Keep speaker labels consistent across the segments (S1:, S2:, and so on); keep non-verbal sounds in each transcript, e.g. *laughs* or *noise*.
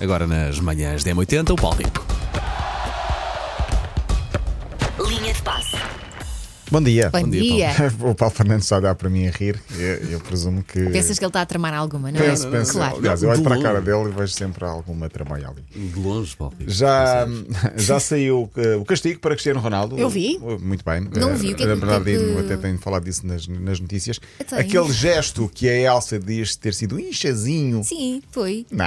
S1: Agora nas manhãs da M80, o Paulo Rico.
S2: Linha de passe.
S3: Bom dia.
S4: Bom,
S1: dia,
S4: dia.
S3: *laughs* O Paulo Fernandes só olhar para mim a rir. Eu, eu presumo que.
S4: Pensas que ele está a tramar alguma, não
S3: É. penso,
S4: é?
S3: penso.
S4: Claro.
S3: Aliás, eu olho
S1: De
S3: para a cara
S1: longe.
S3: dele e vejo sempre alguma tramoia ali.
S1: De longe, Paulo Rico.
S3: Já, *laughs* já saiu eh, o castigo para Cristiano Ronaldo. Oh,
S5: Eu vi.
S3: Muito bem.
S4: Não vi, o que é que-
S3: Na verdade,
S4: o que é que-
S3: até tenho falado disso nas, nas notícias.
S4: Eu tenho.
S3: Aquele gesto que a Elsa diz ter sido um inchazinho.
S4: Sim, foi.
S3: Não,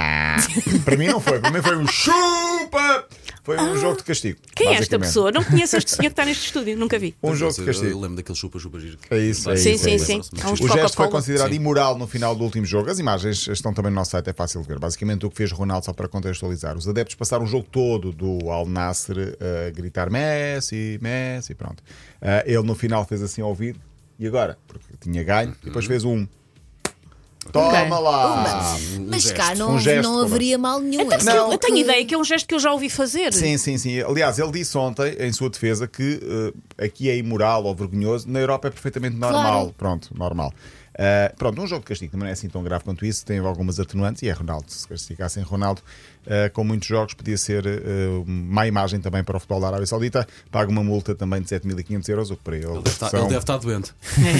S3: para mim não foi. Para mim foi um chupa! Foi
S4: Ah.
S3: um jogo de castigo.
S5: Quem é esta
S3: basicamente.
S5: pessoa? Não conheço este senhor que está neste estúdio, nunca vi.
S3: Um jogo de
S1: Eu
S3: castigo.
S1: lembro daquele chupa-chupa giro.
S3: É isso, é
S5: Sim,
S3: isso,
S5: sim,
S3: é isso.
S5: sim. Há uns
S3: O gesto foi
S5: Coca-Cola.
S3: considerado imoral no final do último jogo. As imagens estão também no nosso site, é fácil de ver. Basicamente, o que fez Ronaldo, só para contextualizar, os adeptos passaram o jogo todo do Al Nasser a gritar Messi, Messi, pronto. Ah, ele no final fez assim ao ouvido, e agora? Porque tinha ganho, e depois fez um. Toma lá!
S4: Mas cá
S1: gesto.
S4: não,
S3: Um gesto,
S4: não
S3: como
S4: haveria mal nenhum.
S5: Então,
S4: é?
S5: se
S3: Não,
S5: eu, eu tenho
S4: que-
S5: ideia que é um gesto que eu já ouvi fazer.
S3: Sim, sim, sim. Aliás, ele disse ontem, em sua defesa, que eh, aqui é imoral ou vergonhoso, na Europa é perfeitamente normal.
S4: Claro.
S3: Pronto, normal. Ah, pronto, um jogo de castigo também não é assim tão grave quanto isso, tem algumas atenuantes e é Ronaldo. Se castigassem Ronaldo ah, com muitos jogos, podia ser eh, má imagem também para o futebol da Arábia Saudita. Paga uma multa também de 7.500 euros, o que para ele.
S1: Ele deve estar,
S3: são-
S1: ele deve estar doente.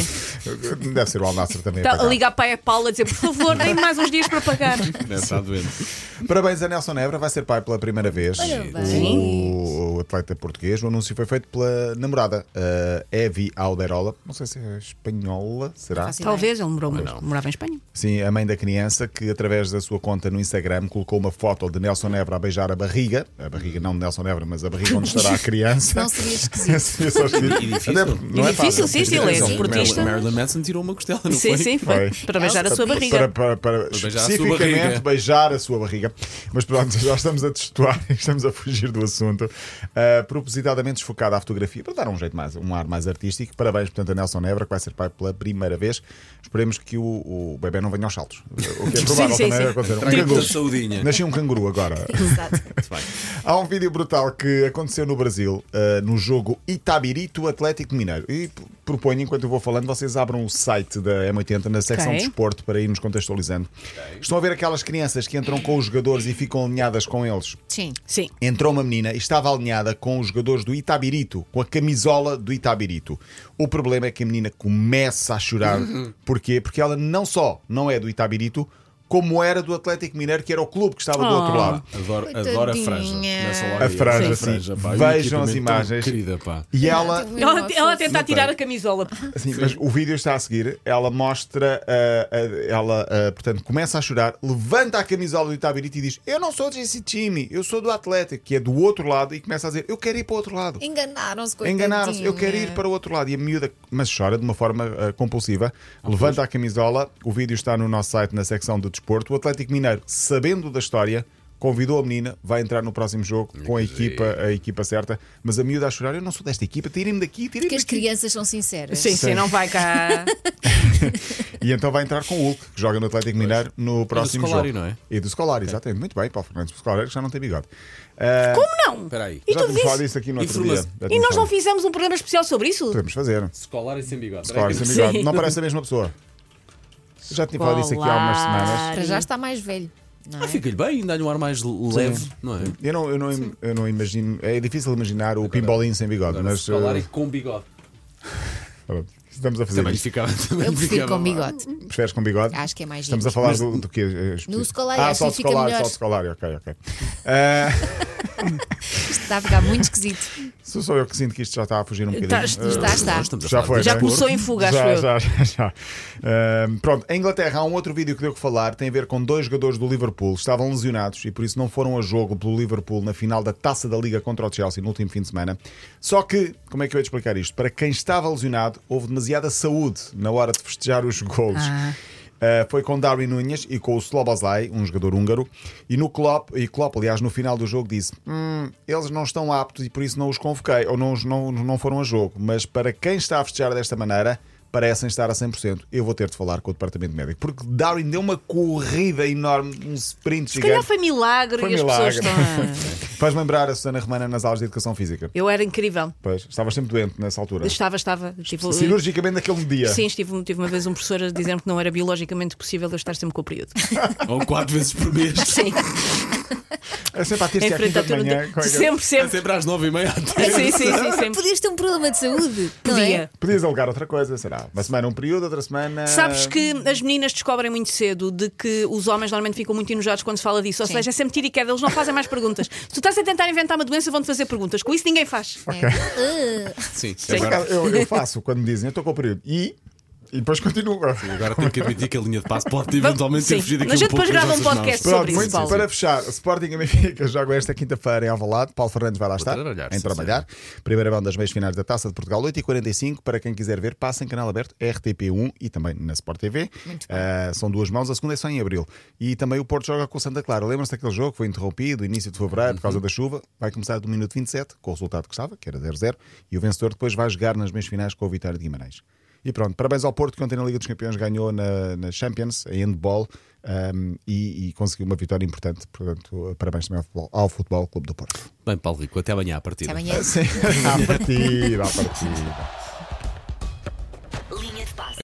S3: *laughs* deve ser o Al Nassr também. a
S5: Está a
S3: pagar.
S5: ligar para a Paula a dizer, por favor, dê mais uns dias para pagar.
S1: Deve estar doente.
S3: *laughs* Parabéns a Nelson Nebra, vai ser pai pela primeira vez.
S4: Parabéns.
S3: O, o atleta português. O anúncio foi feito pela namorada uh, Evi Alderola. Não sei se é espanhola, será?
S4: Fácil.
S5: Talvez, ele morou, morava em Espanha.
S3: Sim, a mãe da criança, que através da sua conta no Instagram colocou uma foto de Nelson Nebra a beijar a barriga. A barriga não de Nelson Nebra, mas a barriga onde
S4: *laughs*
S3: estará a criança. *laughs*
S4: Não seria esquisito.
S3: Sim, só esquisito.
S1: E difícil.
S3: Até- não
S5: E difícil,
S3: fácil.
S5: sim, sim, ele é
S3: Sim.
S5: desportista.
S1: Marilyn Manson tirou uma costela, não
S5: Sim,
S1: foi?
S5: sim, foi.
S3: Foi.
S5: Para beijar a sua
S4: Para-
S3: Para,
S5: barriga.
S3: para- para-
S1: beijar a sua
S3: especificamente
S1: barriga.
S3: beijar a sua barriga. Mas pronto, já estamos a destoar *laughs* e estamos a fugir do assunto. Uh, propositadamente desfocada à fotografia, para dar um jeito mais, um ar mais artístico. Parabéns, portanto, a Nelson Nebra, que vai ser pai pela primeira vez. Esperemos que o, o bebê não venha aos saltos. O que é provável
S5: *laughs* sim,
S3: também
S5: sim.
S3: acontecer. Um
S1: Tranquilo,
S3: canguru.
S1: tipo saudinha.
S3: Nasceu um canguru agora.
S4: Exato.
S3: Há um vídeo brutal que aconteceu no Brasil, eh, no jogo Itabirito Atlético Mineiro. E p- proponho, enquanto eu vou falando, vocês abram o site da M80 na secção
S5: Ok.
S3: de desporto para irmos contextualizando. Estão a ver aquelas crianças que entram com os jogadores e ficam alinhadas com eles?
S4: Sim.
S5: Sim.
S3: Entrou uma menina e estava alinhada com os jogadores do Itabirito, com a camisola do Itabirito. O problema é que a menina começa a chorar. Porquê? Porque ela não só não é do Itabirito, como era do Atlético Mineiro, que era o clube que estava do outro
S5: Oh.
S3: lado.
S1: Adoro, adoro a franja.
S4: Coitadinha.
S1: Começa logo
S3: A
S1: aí,
S3: franja,
S1: a
S3: sim.
S1: franja pá. E o
S3: Vejam as
S1: equipamento tão
S3: imagens.
S1: Querida, pá.
S3: E ela,
S5: Ela, ela a tentar
S3: Não tem.
S5: tirar a camisola.
S4: Ah,
S3: Sim, mas o vídeo está a seguir. Ela mostra, ah, ah, ela, ah, portanto, começa a chorar, levanta a camisola do Itabirito e diz: Eu não sou desse time, eu sou do Atlético, que é do outro lado, e começa a dizer: Eu quero ir para o outro lado.
S4: Enganaram-se com
S3: Enganaram-se, eu quero ir para o outro lado. E a miúda, mas chora de uma forma ah, compulsiva, levanta a camisola. O vídeo está no nosso site, na secção do desporto. O Atlético Mineiro, sabendo da história, convidou a menina, vai entrar no próximo jogo com a equipa, a equipa certa. Mas a miúda a chorar: Eu não sou desta equipa, tirem-me daqui, tirem-me
S4: Porque as
S3: daqui.
S4: crianças são sinceras.
S5: Sim, sim, não vai
S3: *laughs*
S5: cá.
S3: E então vai entrar com o Hulk, que joga no Atlético Mineiro no próximo
S1: Scolari,
S3: jogo.
S1: não é?
S3: E do Scolari, exatamente. Muito bem, Paulo Fernandes. O Scolari que já não tem bigode.
S5: Como não?
S1: Espera aí.
S5: E
S3: já
S5: tu
S3: tínhamos
S5: dizes-
S3: falado isso aqui no outro dia.
S1: Informação.
S3: Já
S5: E
S3: tínhamos
S5: nós não
S3: falado.
S5: fizemos um programa especial sobre isso?
S3: Podemos fazer.
S1: Escolar e sem bigode.
S3: Scolari é sem bigode.
S4: *laughs*
S5: Sim.
S3: Não parece a mesma pessoa. Já tinha falado isso aqui há umas semanas.
S4: Para já está mais velho. Não é?
S1: Ah, fica-lhe bem, dá-lhe um ar mais leve, não é?
S3: Eu não, eu, não, eu não imagino. É difícil imaginar o pimbolinho sem bigode, mas.
S1: Escolar e
S3: uh,
S1: com bigode.
S3: Estamos a fazer.
S1: Também
S3: isto.
S1: ficava. também
S4: Eu prefiro
S1: ficava
S4: com bigode.
S3: Preferes com bigode?
S4: Acho que é mais
S3: Estamos
S4: giro.
S3: a falar do, do quê?
S4: No Scolari,
S3: Ah,
S4: acho
S3: só
S4: que
S3: de
S4: fica
S3: Scolari,
S4: melhor.
S3: só de Scolari, ok, ok. Ah,
S4: Isto está a ficar muito
S3: *laughs*
S4: esquisito.
S3: sou só eu que sinto que isto já está a fugir um bocadinho.
S5: Estás-
S3: Ah,
S4: Está, está.
S1: Nós estamos a
S3: Já
S1: falar
S3: foi,
S1: de
S3: já
S1: desporto.
S5: começou em fuga, acho
S3: já,
S5: eu.
S3: já, já, já. Ahm, pronto, em Inglaterra há um outro vídeo que deu que falar, tem a ver com dois jogadores do Liverpool, estavam lesionados e por isso não foram a jogo pelo Liverpool na final da Taça da Liga contra o Chelsea no último fim de semana. Só que, como é que eu ia te explicar isto? Para quem estava lesionado, houve demasiada saúde na hora de festejar os gols.
S5: Ah.
S3: Uh, foi com Darwin Nunes e com o Slobozlai, um jogador húngaro, e no Klopp, e Klopp, aliás, no final do jogo disse: "Hum, eles não estão aptos e por isso não os convoquei, ou não, os- não, não foram a jogo. Mas para quem está a festejar desta maneira, parecem estar a 100%. Eu vou ter de falar com o departamento médico, porque Darwin deu uma corrida enorme, um sprint
S5: Se calhar
S3: gigante.
S5: foi milagre
S3: Foi
S5: e as pessoas
S3: milagre.
S5: estão.
S3: *laughs*
S5: a-
S3: Faz lembrar a Susana Romana nas aulas de educação física.
S5: Eu era incrível.
S3: Pois, estava sempre doente nessa altura.
S5: Estava, estava. Tipo,
S3: Cirurgicamente naquele dia.
S5: Sim, estive, tive uma vez um professor a dizer-me *laughs*
S1: um
S5: que não era biologicamente possível eu estar sempre com o período.
S3: *laughs*
S1: Ou quatro vezes por mês.
S5: Sim.
S3: É sempre à terça e à
S5: frente
S3: quinta
S5: à
S3: de manhã.
S5: turma.
S3: como é que-
S5: Sempre,
S1: É
S5: sempre.
S1: sempre às nove e meia à tarde.
S5: Sim, sim, sim, sempre.
S4: Podias ter um problema de saúde. não é?
S5: Podia.
S3: Podias alugar outra coisa, será? Uma semana um período, outra semana.
S5: Sabes que as meninas descobrem muito cedo de que os homens normalmente ficam muito enojados quando se fala disso. Ou
S4: Sim.
S5: seja, é sempre tiro e queda, eles não fazem mais perguntas. Se tu estás a tentar inventar uma doença, vão-te fazer perguntas. Com isso ninguém faz.
S4: É. Ah,
S1: Sim,
S3: Por
S1: Agora,
S3: acaso, Eu, eu faço quando me dizem, eu estou com o período. E. E depois continuo.
S1: agora tenho que admitir que a linha de passo pode eventualmente ter
S5: Sim.
S1: fugido aqui
S5: Mas
S1: um
S5: eu depois
S1: pouco das
S5: gravo um
S1: nossas
S5: podcast
S1: mãos.
S5: sobre
S3: Pronto, muito
S5: isso, Paulo.
S3: para fechar, Sporting e Benfica *laughs* jogam esta quinta-feira em Alvalade. Paulo Fernandes vai lá estar
S1: trabalhar,
S3: em
S1: sim,
S3: trabalhar. Primeira mão das meias finais da Taça de Portugal, 8h45. Para quem quiser ver, passa em canal aberto RTP1 e também na Sport TV. Ah, são duas mãos, a segunda é só em abril. E também o Porto joga com o Santa Clara. Lembram-se daquele jogo que foi interrompido, início de fevereiro, por
S1: Uhum.
S3: causa da chuva. Vai começar do minuto 27, com o resultado que estava, que era 0-0. E o vencedor depois vai jogar nas meias finais com o Vitória de Guimarães. E pronto, parabéns ao Porto que ontem na Liga dos Campeões ganhou na, na Champions, em handball, um, e, e conseguiu uma vitória importante. Portanto, parabéns também ao Futebol, ao futebol Clube do Porto. *laughs*
S1: Bem, Paulo Rico, até amanhã à partida.
S4: Até amanhã.
S3: à partida, à partida.